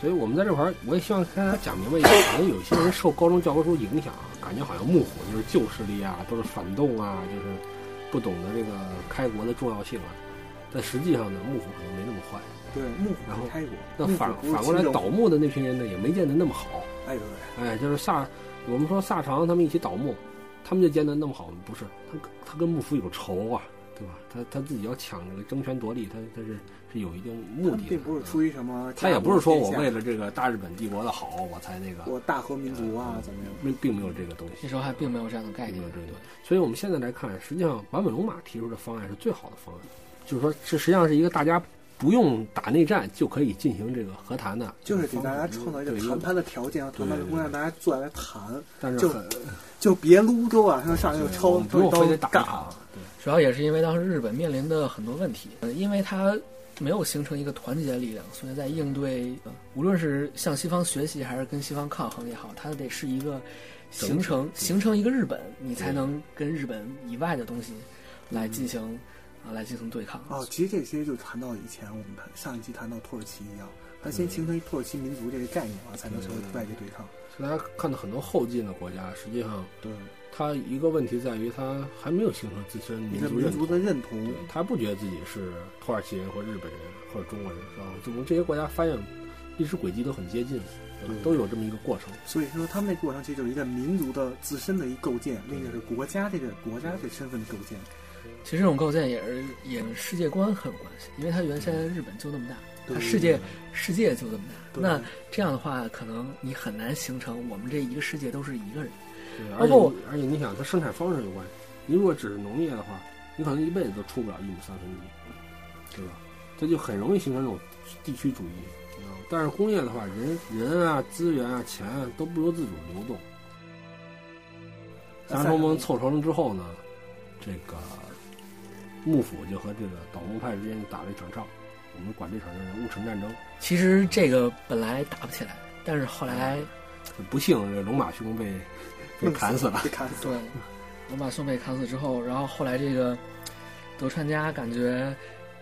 [SPEAKER 3] 所以我们在这块儿，我也希望跟大家讲明白一点，可能有些人受高中教科书影响，啊，感觉好像幕府就是旧势力啊，都是反动啊，就是不懂得这个开国的重要性啊。但实际上呢，幕府可能没那么坏。
[SPEAKER 1] 对，幕府
[SPEAKER 3] 然后
[SPEAKER 1] 没开过，
[SPEAKER 3] 那
[SPEAKER 1] 幕
[SPEAKER 3] 反
[SPEAKER 1] 府不是
[SPEAKER 3] 反过来
[SPEAKER 1] 清政
[SPEAKER 3] 倒
[SPEAKER 1] 府，
[SPEAKER 3] 幕的那群人呢，也没见得那么好。
[SPEAKER 1] 哎对，
[SPEAKER 3] 哎，就是萨，我们说萨长他们一起倒幕，他们就见得那么好，不是他跟他跟幕府有仇啊，对吧？他他自己要抢这个争权夺利，他他是是有一定目
[SPEAKER 1] 他
[SPEAKER 3] 的
[SPEAKER 1] 们
[SPEAKER 3] 嗯的，
[SPEAKER 1] 并不是出于什么，
[SPEAKER 3] 他也不是说我为了这个大日本帝国的好，我才那个，
[SPEAKER 1] 我大和民族
[SPEAKER 3] 嗯
[SPEAKER 1] 啊怎么样，
[SPEAKER 3] 并并没有这个东
[SPEAKER 2] 那
[SPEAKER 3] 西。
[SPEAKER 2] 时候还并没有这样的概
[SPEAKER 3] 并
[SPEAKER 2] 念
[SPEAKER 3] 没有。这个
[SPEAKER 2] 对
[SPEAKER 3] 东西，所以我们现在来看，实际上坂本龙马提出的方案是最好的方案，就是说，这实际上是一个大家不用打内战就可以进行这个和谈的，
[SPEAKER 1] 就是给大家创造一个
[SPEAKER 3] 对
[SPEAKER 1] 谈判的条件，
[SPEAKER 3] 对
[SPEAKER 1] 谈判的空间，
[SPEAKER 3] 对对
[SPEAKER 1] 让大家坐下来谈，
[SPEAKER 3] 但是
[SPEAKER 1] 就
[SPEAKER 3] 很
[SPEAKER 1] 就别撸着往上上就
[SPEAKER 3] 我
[SPEAKER 1] 抄
[SPEAKER 3] 们，不用
[SPEAKER 1] 抄
[SPEAKER 3] 非得打一啊
[SPEAKER 1] 干
[SPEAKER 3] 场，对。
[SPEAKER 2] 主要也是因为当时日本面临的很多问题，呃因为它没有形成一个团结力量，所以在应对呃无论是向西方学习还是跟西方抗衡也好，它得是一个形成形成一个日本，你才能跟日本以外的东西来进行啊、来进行对抗。
[SPEAKER 1] 啊，其实这些就谈到以前我们谈上一期谈到土耳其一样，它先形成一土耳其民族这个概念啊，才能成为外界对抗。
[SPEAKER 3] 所以大家看到很多后进的国家，实际上
[SPEAKER 1] 对，
[SPEAKER 3] 它一个问题在于它还没有形成自身
[SPEAKER 1] 一
[SPEAKER 3] 民
[SPEAKER 1] 个
[SPEAKER 3] 族
[SPEAKER 1] 民
[SPEAKER 3] 认
[SPEAKER 1] 族
[SPEAKER 3] 同，
[SPEAKER 1] 的认同
[SPEAKER 3] 对，他不觉得自己是土耳其人或日本人或者中国人，是吧？就我们这些国家发现历史轨迹都很接近，对吧
[SPEAKER 1] 对
[SPEAKER 3] 都有这么一个过程。
[SPEAKER 1] 所以说他们那过程其实就是一个民族的自身的一构建，另一个是国家这个国家这身份的构建。
[SPEAKER 2] 其实这种构建也是也是世界观很有关系，因为它原先日本就那么大，
[SPEAKER 1] 对
[SPEAKER 2] 它世界世界就这么大，
[SPEAKER 1] 对
[SPEAKER 2] 那这样的话，可能你很难形成我们这一个世界都是一个人。
[SPEAKER 3] 对
[SPEAKER 2] 包
[SPEAKER 3] 而且
[SPEAKER 2] 括我
[SPEAKER 3] 你而且你想，它生产方式有关系。你如果只是农业的话，你可能一辈子都出不了一亩三分地，对吧？这就很容易形成这种地区主义。你知道吗但是工业的话，人人啊、资源啊、钱啊都不由自主流动。
[SPEAKER 1] 那
[SPEAKER 3] 三重盟凑成了之后呢，这个幕府就和这个倒幕派之间就打了一场仗，我们管这场仗叫戊辰战争。
[SPEAKER 2] 其实这个本来打不起来，但是后来
[SPEAKER 3] 就不幸，这个龙马兄被被
[SPEAKER 1] 弄
[SPEAKER 3] 砍死了。
[SPEAKER 1] 被砍死
[SPEAKER 2] 对
[SPEAKER 1] 了。
[SPEAKER 2] 龙马兄被砍死之后，然后后来这个德川家感觉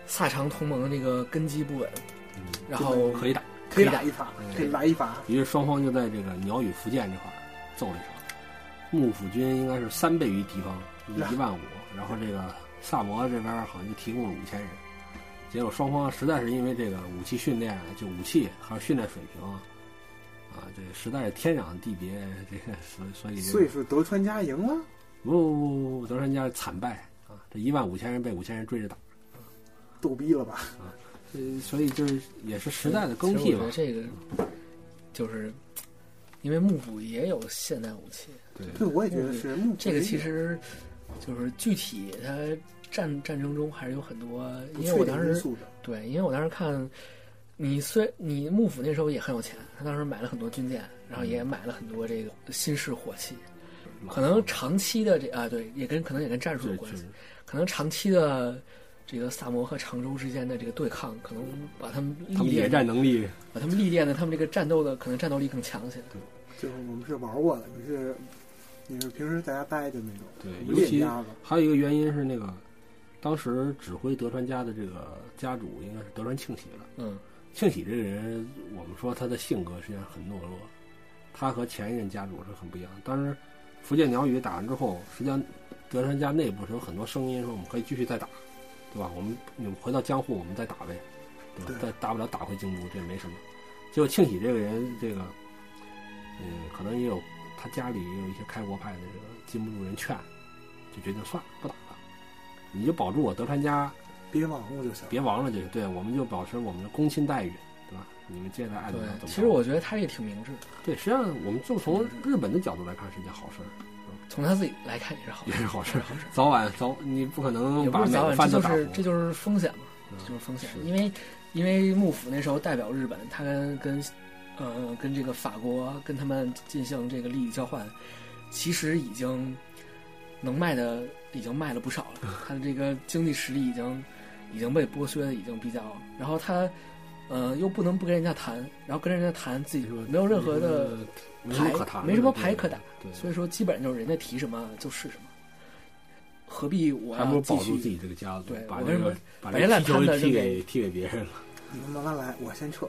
[SPEAKER 2] 萨长同盟的这个根基不稳，
[SPEAKER 3] 嗯
[SPEAKER 2] 然后
[SPEAKER 3] 可以打，
[SPEAKER 1] 可以
[SPEAKER 2] 打
[SPEAKER 1] 打一发
[SPEAKER 3] 嗯，
[SPEAKER 1] 可以来一发。
[SPEAKER 3] 于是双方就在这个鸟语福建这块儿揍了一场。幕府军应该是三倍于敌方，一万五。然后这个萨摩这边儿好像就提供了五千人。结果双方实在是因为这个武器训练，就武器还有训练水平啊，啊，这实在是天壤地别。这个所以所以这
[SPEAKER 1] 所以
[SPEAKER 3] 个
[SPEAKER 1] 说德川家赢了，
[SPEAKER 3] 不不不不，德川家惨败啊！这一万五千人被五千人追着打，
[SPEAKER 1] 逗逼了吧？
[SPEAKER 3] 所以所以就是也是时代的更
[SPEAKER 2] 其
[SPEAKER 3] 替
[SPEAKER 2] 实
[SPEAKER 3] 吧
[SPEAKER 2] 我觉得。这个就是因为幕府也有现代武器，
[SPEAKER 3] 对，
[SPEAKER 1] 对， 我也觉得是。幕府
[SPEAKER 2] 这个其
[SPEAKER 1] 也
[SPEAKER 2] 实就是具体它战战争中还是有很多，
[SPEAKER 1] 有不
[SPEAKER 2] 因为
[SPEAKER 1] 确
[SPEAKER 2] 我当
[SPEAKER 1] 定因
[SPEAKER 2] 时
[SPEAKER 1] 素的，
[SPEAKER 2] 对，因为我当时看，你虽你幕府那时候也很有钱，他当时买了很多军舰，然后
[SPEAKER 3] 嗯
[SPEAKER 2] 也买了很多这个新式火器，可能长期的这啊对，也跟可能也跟战术有
[SPEAKER 3] 对，
[SPEAKER 2] 关
[SPEAKER 3] 确
[SPEAKER 2] 系
[SPEAKER 3] 实，。
[SPEAKER 2] 可能长期的这个萨摩和常州之间的这个对抗，可能把他们
[SPEAKER 3] 他
[SPEAKER 2] 历
[SPEAKER 3] 们野
[SPEAKER 2] 练，
[SPEAKER 3] 战能力
[SPEAKER 2] 把他们历练的他们这个战斗的可能战斗力更强些。
[SPEAKER 1] 就是我们是玩过的，你是你是平时在家待着那种，
[SPEAKER 3] 对
[SPEAKER 1] 我们
[SPEAKER 3] 尤
[SPEAKER 1] 练
[SPEAKER 3] 其
[SPEAKER 1] 家子。
[SPEAKER 3] 还有一个原因是那个，当时指挥德川家的这个家主应该是德川庆喜了。
[SPEAKER 2] 嗯，
[SPEAKER 3] 庆喜这个人，我们说他的性格实际上很懦弱，他和前一任家主是很不一样。当时福建鸟语打完之后，实际上德川家内部是有很多声音说我们可以继续再打，对吧？我们你们回到江户，我们再打呗，对吧？
[SPEAKER 1] 对
[SPEAKER 3] 再大不了打回京都，这也没什么。结果庆喜这个人，这个嗯，可能也有他家里也有一些开国派的这个禁不住人劝，就决定算了不打了，你就保住我德川家
[SPEAKER 1] 别网络就行。
[SPEAKER 3] 别亡了就行。对，我们就保持我们的公亲待遇，对吧？你们接下来爱
[SPEAKER 2] 对
[SPEAKER 3] 怎么样怎么样。
[SPEAKER 2] 其实我觉得他也挺明智的。
[SPEAKER 3] 对，实际上我们就从日本的角度来看是件好事儿。
[SPEAKER 2] 从他自己来看也是好事
[SPEAKER 3] 也，是好事，早晚早你不可能
[SPEAKER 2] 也
[SPEAKER 3] 把
[SPEAKER 2] 不是
[SPEAKER 3] 每
[SPEAKER 2] 早
[SPEAKER 3] 个
[SPEAKER 2] 晚，
[SPEAKER 3] 番
[SPEAKER 2] 这
[SPEAKER 3] 都
[SPEAKER 2] 就
[SPEAKER 3] 打
[SPEAKER 2] 是
[SPEAKER 3] 服嗯
[SPEAKER 2] 这就是风险嘛，这就是风险。因为因为幕府那时候代表日本，他跟跟呃跟这个法国跟他们进行这个利益交换，其实已经能卖的已经卖了不少了， 他的这个经济实力已经已经被剥削的已经比较，然后他呃又不能不跟人家谈，然后跟人家谈自己没有任何的。
[SPEAKER 3] 嗯没什么
[SPEAKER 2] 牌
[SPEAKER 3] 可谈，
[SPEAKER 2] 没什么牌可打，
[SPEAKER 3] 对，
[SPEAKER 2] 所以说基本上就是人家提什么就是什么，何必我
[SPEAKER 3] 还不
[SPEAKER 2] 要
[SPEAKER 3] 如
[SPEAKER 2] 继
[SPEAKER 3] 保住
[SPEAKER 2] 续
[SPEAKER 3] 自己这个家族
[SPEAKER 2] 对，
[SPEAKER 3] 把
[SPEAKER 2] 我为
[SPEAKER 3] 这
[SPEAKER 2] 什
[SPEAKER 3] 个
[SPEAKER 2] 么把
[SPEAKER 3] 把这
[SPEAKER 2] 这
[SPEAKER 3] 个
[SPEAKER 2] 烂
[SPEAKER 3] 踢
[SPEAKER 2] 摊
[SPEAKER 3] 球
[SPEAKER 2] 子
[SPEAKER 3] 踢
[SPEAKER 2] 扔
[SPEAKER 3] 给
[SPEAKER 2] 给
[SPEAKER 3] 踢给别人了。
[SPEAKER 1] 你们慢慢来，我先撤。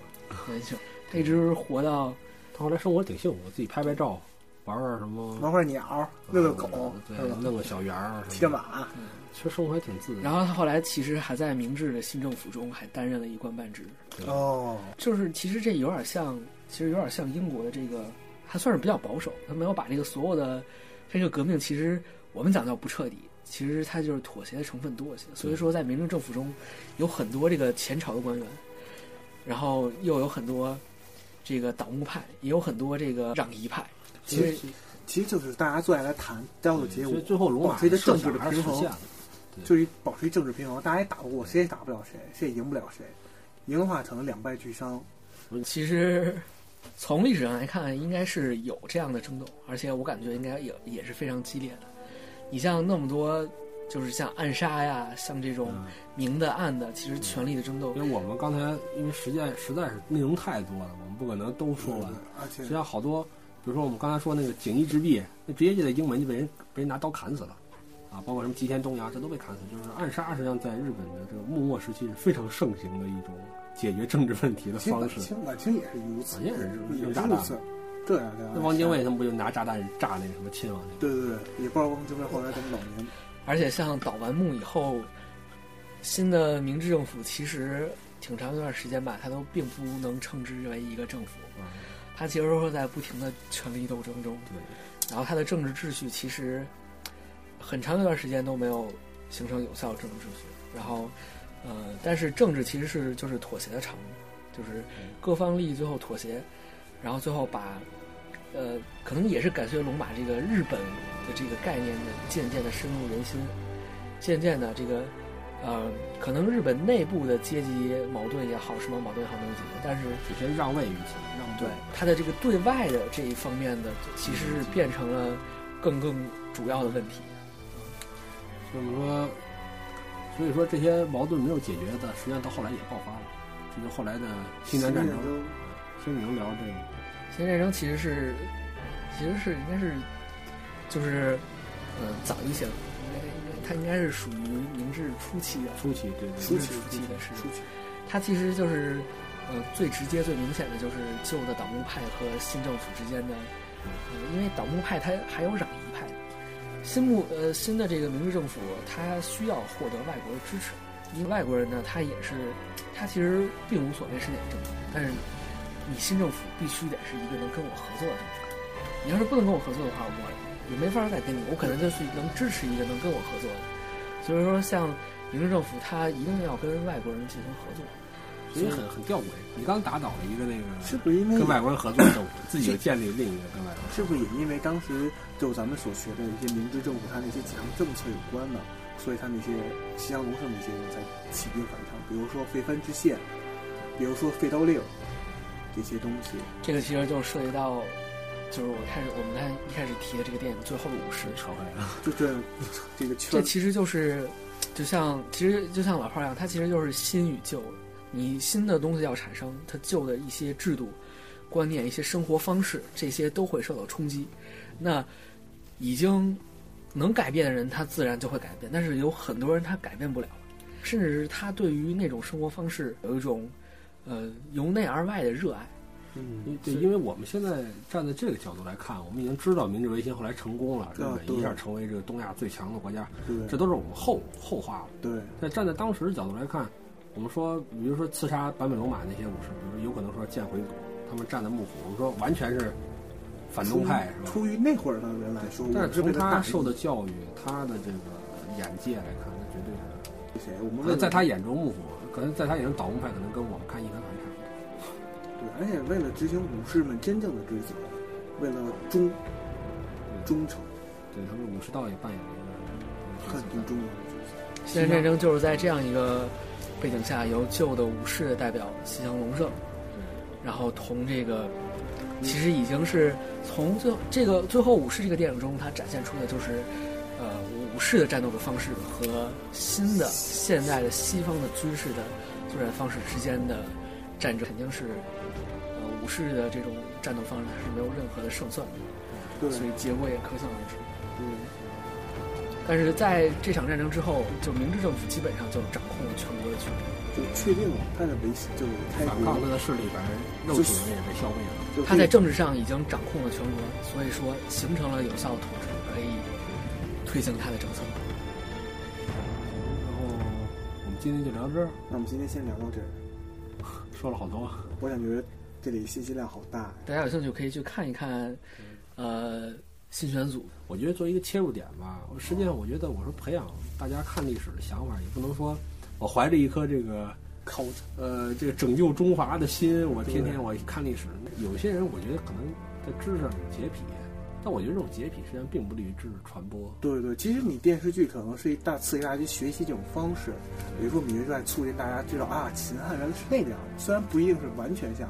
[SPEAKER 2] 延续？他一直活到
[SPEAKER 3] 他后来生活挺幸福，自己拍拍照，玩玩什么，
[SPEAKER 1] 玩会儿鸟，遛遛狗，
[SPEAKER 3] 嗯呃对
[SPEAKER 1] 是，吧？
[SPEAKER 3] 弄个小园儿什么的，
[SPEAKER 1] 骑着马，
[SPEAKER 3] 其实生活还挺自由。
[SPEAKER 2] 然后他后来其实还在明治的新政府中还担任了一官半职，
[SPEAKER 3] 对
[SPEAKER 1] 哦，
[SPEAKER 2] 就是其实这有点像，其实有点像英国的这个，还算是比较保守，他没有把这个所有的这个革命，其实我们讲叫不彻底，其实它就是妥协的成分多一些。所
[SPEAKER 1] 嗯
[SPEAKER 2] 以说，在民政政府中，有很多这个前朝的官员，然后又有很多这个党务派，也有很多这个攘夷派。
[SPEAKER 1] 其实其实就是大家最爱来谈，到的结
[SPEAKER 3] 所
[SPEAKER 1] 果
[SPEAKER 3] 以最后罗马
[SPEAKER 1] 保持一个
[SPEAKER 3] 设
[SPEAKER 1] 政
[SPEAKER 3] 想
[SPEAKER 1] 治的
[SPEAKER 3] 还
[SPEAKER 1] 平
[SPEAKER 3] 是实
[SPEAKER 1] 衡
[SPEAKER 3] 现了，
[SPEAKER 1] 就是保持一政治平衡，大家也打不过，谁也打不了谁，谁也赢不了谁，赢的话可能两败俱伤。
[SPEAKER 2] 其实从历史上来看，应该是有这样的争斗，而且我感觉应该也也是非常激烈的。你像那么多，就是像暗杀呀，像这种
[SPEAKER 3] 嗯
[SPEAKER 2] 明的暗的，其实权力的争斗
[SPEAKER 3] 因为我们刚才因为实在实在是内容太多了，我们不可能都说完。
[SPEAKER 1] 嗯而
[SPEAKER 3] 实
[SPEAKER 1] 且
[SPEAKER 3] 际上好多，比如说我们刚才说那个锦衣之弊，那直接就在英文就被人被人拿刀砍死了，啊，包括什么吉田东洋，这都被砍死。就是暗杀，实际上在日本的这个幕末时期是非常盛行的一种解决政治问题的
[SPEAKER 1] 其实
[SPEAKER 3] 方
[SPEAKER 1] 晚
[SPEAKER 3] 式。
[SPEAKER 1] 清晚清也是如此，
[SPEAKER 3] 晚清也是
[SPEAKER 1] 也
[SPEAKER 3] 用
[SPEAKER 1] 是
[SPEAKER 3] 炸
[SPEAKER 1] 如
[SPEAKER 3] 弹
[SPEAKER 1] 此。这样这样。
[SPEAKER 3] 那汪精卫他们不就拿炸弹炸那个什么亲王那个？
[SPEAKER 1] 对对对，也不知道汪精卫后来怎么老年。
[SPEAKER 2] 而且像倒完幕以后，新的明治政府其实挺长一段时间吧，它都并不能称之为一个政府，
[SPEAKER 3] 嗯
[SPEAKER 2] 它其实都是在不停的权力斗争中，
[SPEAKER 3] 对，
[SPEAKER 2] 然后它的政治秩序其实很长一段时间都没有形成有效的政治秩序。然后，呃，但是政治其实是就是妥协的产物，就是各方利益最后妥协，然后最后把，呃，可能也是感谢龙马这个日本的这个概念呢，渐渐的深入人心，渐渐的这个。呃，可能日本内部的阶级矛盾也好，什么矛盾也好没有解决，但是
[SPEAKER 3] 首先让位于此，让
[SPEAKER 2] 对
[SPEAKER 3] 步。
[SPEAKER 2] 他的这个对外的这一方面的，其实是变成了更更主要的问题。
[SPEAKER 3] 所以说，所以说这些矛盾没有解决的，实际上到后来也爆发了，这就后来的西南战争。其实你能聊这个，
[SPEAKER 2] 新战争其实是，其实是应该是，就是，呃，早一些了，应该应该它应该是属于明治初期啊的，
[SPEAKER 3] 初期对对
[SPEAKER 1] 初
[SPEAKER 3] 对，
[SPEAKER 1] 期
[SPEAKER 2] 初期的事情
[SPEAKER 1] 初期，
[SPEAKER 2] 它其实就是，呃，最直接、最明显的就是旧的党务派和新政府之间的，呃，因为党务派它还有攘夷派，新幕呃新的这个明治政府，它需要获得外国的支持，因为外国人呢，他也是，他其实并无所谓是哪个政府，但是你新政府必须得是一个能跟我合作的政府，你要是不能跟我合作的话，我也没法再跟你，我可能就是能支持一个能跟我合作的，所以说像明治政府，它一定要跟外国人进行合作。
[SPEAKER 3] 所以很很吊诡。你刚打倒了一个那
[SPEAKER 1] 是
[SPEAKER 3] 个
[SPEAKER 1] 不是因为
[SPEAKER 3] 跟外国人合作的政府，自己又建立另一个跟外国人。
[SPEAKER 1] 是不是也因为当时就咱们所学的一些明治政府它那些几项政策有关呢？所以他那些西乡隆盛那些人才起兵反抗，比如说废藩置县，比如说废刀令这些东西。
[SPEAKER 2] 这个其实就涉及到，就是我开始我们看一开始提的这个电影《最后的武士》，
[SPEAKER 3] 扯回来了，
[SPEAKER 1] 就这这个圈
[SPEAKER 2] 这
[SPEAKER 1] 儿，
[SPEAKER 2] 其实就是，就像其实就像老炮儿一样，它其实就是新与旧，你新的东西要产生，它旧的一些制度、观念、一些生活方式，这些都会受到冲击。那已经能改变的人，他自然就会改变，但是有很多人他改变不了，甚至是他对于那种生活方式有一种，呃，由内而外的热爱。
[SPEAKER 1] 嗯，
[SPEAKER 3] 因对，因为我们现在站在这个角度来看，我们已经知道明治维新后来成功了，日
[SPEAKER 1] 啊
[SPEAKER 3] 本
[SPEAKER 1] 对
[SPEAKER 3] 一下成为这个东亚最强的国家，
[SPEAKER 1] 对
[SPEAKER 3] 这都是我们后后话了。
[SPEAKER 1] 对，
[SPEAKER 3] 但站在当时的角度来看，我们说，比如说刺杀坂本龙马那些武士，比如说有可能说建回族，他们站在幕府，我们说完全是反动派，是吧？
[SPEAKER 1] 出于那会儿的人来说，
[SPEAKER 3] 但
[SPEAKER 1] 我
[SPEAKER 3] 是
[SPEAKER 1] 们是为
[SPEAKER 3] 从
[SPEAKER 1] 了大
[SPEAKER 3] 他
[SPEAKER 1] 义
[SPEAKER 3] 受的教育，他的这个眼界来看，那绝对是。
[SPEAKER 1] 谁？我们为
[SPEAKER 3] 可
[SPEAKER 1] 了
[SPEAKER 3] 能在他眼中，幕府可能在他眼中，倒幕派可能跟我们看义和团差不多。
[SPEAKER 1] 对，而且为了执行武士们真正的追责，为了忠忠诚，
[SPEAKER 3] 对他们武士道也扮演了一个
[SPEAKER 1] 很
[SPEAKER 3] 角色
[SPEAKER 1] 重要的角色。
[SPEAKER 2] 西南战争就是在这样一个背景下，由旧的武士代表西乡隆盛，然后同这个，其实已经是从最后这个最后武士这个电影中，它展现出的就是，呃，武士的战斗的方式和新的现代的西方的军事的作战方式之间的战争，肯定是，呃，武士的这种战斗方式它是没有任何的胜算的，
[SPEAKER 1] 对，
[SPEAKER 2] 所以结果也可想而知。
[SPEAKER 1] 嗯，
[SPEAKER 2] 但是在这场战争之后，就明治政府基本上就掌控了全国的权力，
[SPEAKER 1] 就确定了他的维系，就是开
[SPEAKER 3] 反抗
[SPEAKER 1] 国
[SPEAKER 3] 他的势力，反正肉体也被消灭了。
[SPEAKER 1] 就
[SPEAKER 2] 他在政治上已经掌控了全国，所以说形成了有效的统治，可以推行他的政策。
[SPEAKER 3] 然后我们今天就聊到这儿，
[SPEAKER 1] 那我们今天先聊到这儿，
[SPEAKER 3] 说了好多啊。
[SPEAKER 1] 我感觉这里信息量好大呀。
[SPEAKER 2] 大家有兴趣可以去看一看，呃，新选组
[SPEAKER 3] 我觉得作为一个切入点吧，我实际上我觉得我说培养大家看历史的想法，也不能说我怀着一颗这个
[SPEAKER 1] 靠，
[SPEAKER 3] 呃这个拯救中华的心，我天
[SPEAKER 1] 对
[SPEAKER 3] 天我看历史。有些人我觉得可能在知识上有洁癖，但我觉得这种洁癖实际上并不利于知识传播。
[SPEAKER 1] 对对，其实你电视剧可能是一大刺激大家去学习这种方式，比如说《芈月传》促进大家知道啊，秦汉原来是那个样儿，虽然不一定是完全像，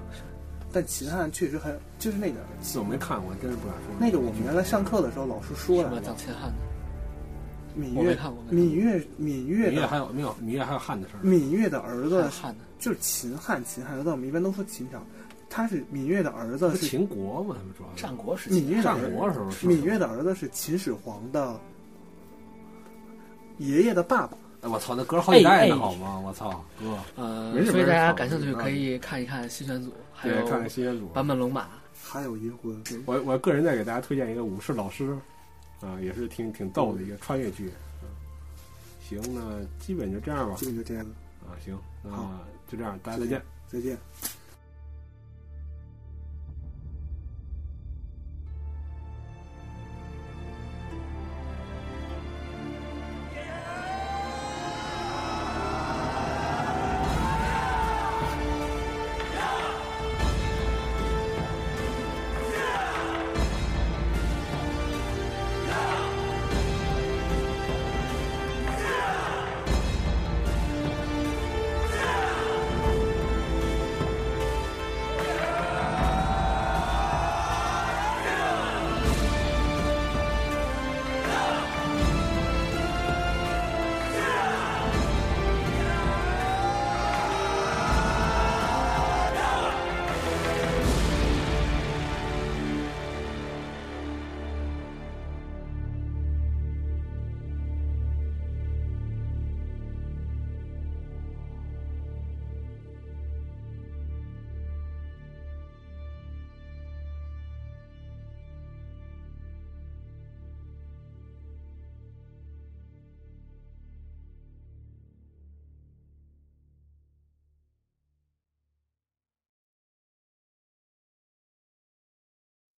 [SPEAKER 1] 但秦汉确实很就是那个
[SPEAKER 3] 是我没看过，真是不敢说。
[SPEAKER 1] 那个我们原来上课的时候老师说
[SPEAKER 2] 什
[SPEAKER 1] 来
[SPEAKER 2] 么
[SPEAKER 1] 着
[SPEAKER 2] 藏，秦汉的，
[SPEAKER 1] 芈
[SPEAKER 2] 我没
[SPEAKER 1] 月
[SPEAKER 2] 看过没看
[SPEAKER 1] 芈
[SPEAKER 2] 过
[SPEAKER 1] 月芈月
[SPEAKER 3] 芈月
[SPEAKER 1] 的
[SPEAKER 3] 还有没有？芈月还有汉的事儿。
[SPEAKER 1] 芈月的儿子
[SPEAKER 2] 汉的，
[SPEAKER 1] 就是秦汉，秦汉，但我们一般都说秦朝，他是芈月的儿子
[SPEAKER 3] 不是
[SPEAKER 1] 是
[SPEAKER 3] 秦国嘛，他们主要是
[SPEAKER 2] 战国时
[SPEAKER 1] 芈
[SPEAKER 2] 期
[SPEAKER 1] 月的
[SPEAKER 3] 战
[SPEAKER 1] 儿
[SPEAKER 3] 国的时候是
[SPEAKER 1] 芈月的儿子是秦始皇的爷爷的爸爸，
[SPEAKER 3] 哎我操，那隔了好几代呢，
[SPEAKER 2] 哎哎
[SPEAKER 3] 好吗？我操，哥，
[SPEAKER 2] 呃
[SPEAKER 3] 没，事
[SPEAKER 2] 所以大
[SPEAKER 3] 没
[SPEAKER 2] 家
[SPEAKER 3] 事
[SPEAKER 2] 感兴趣
[SPEAKER 3] 没事
[SPEAKER 2] 可以看一看新选组，还
[SPEAKER 3] 对，
[SPEAKER 2] 有
[SPEAKER 3] 看看新选组。
[SPEAKER 2] 坂本龙马。
[SPEAKER 1] 还有阴婚。
[SPEAKER 3] 我我个人再给大家推荐一个武士老师，啊、也是挺挺逗的一个穿越剧。嗯行，那基本就这样吧。
[SPEAKER 1] 基本就这样，
[SPEAKER 3] 啊，行，那
[SPEAKER 1] 好
[SPEAKER 3] 就这样，大家再见。
[SPEAKER 1] 再见。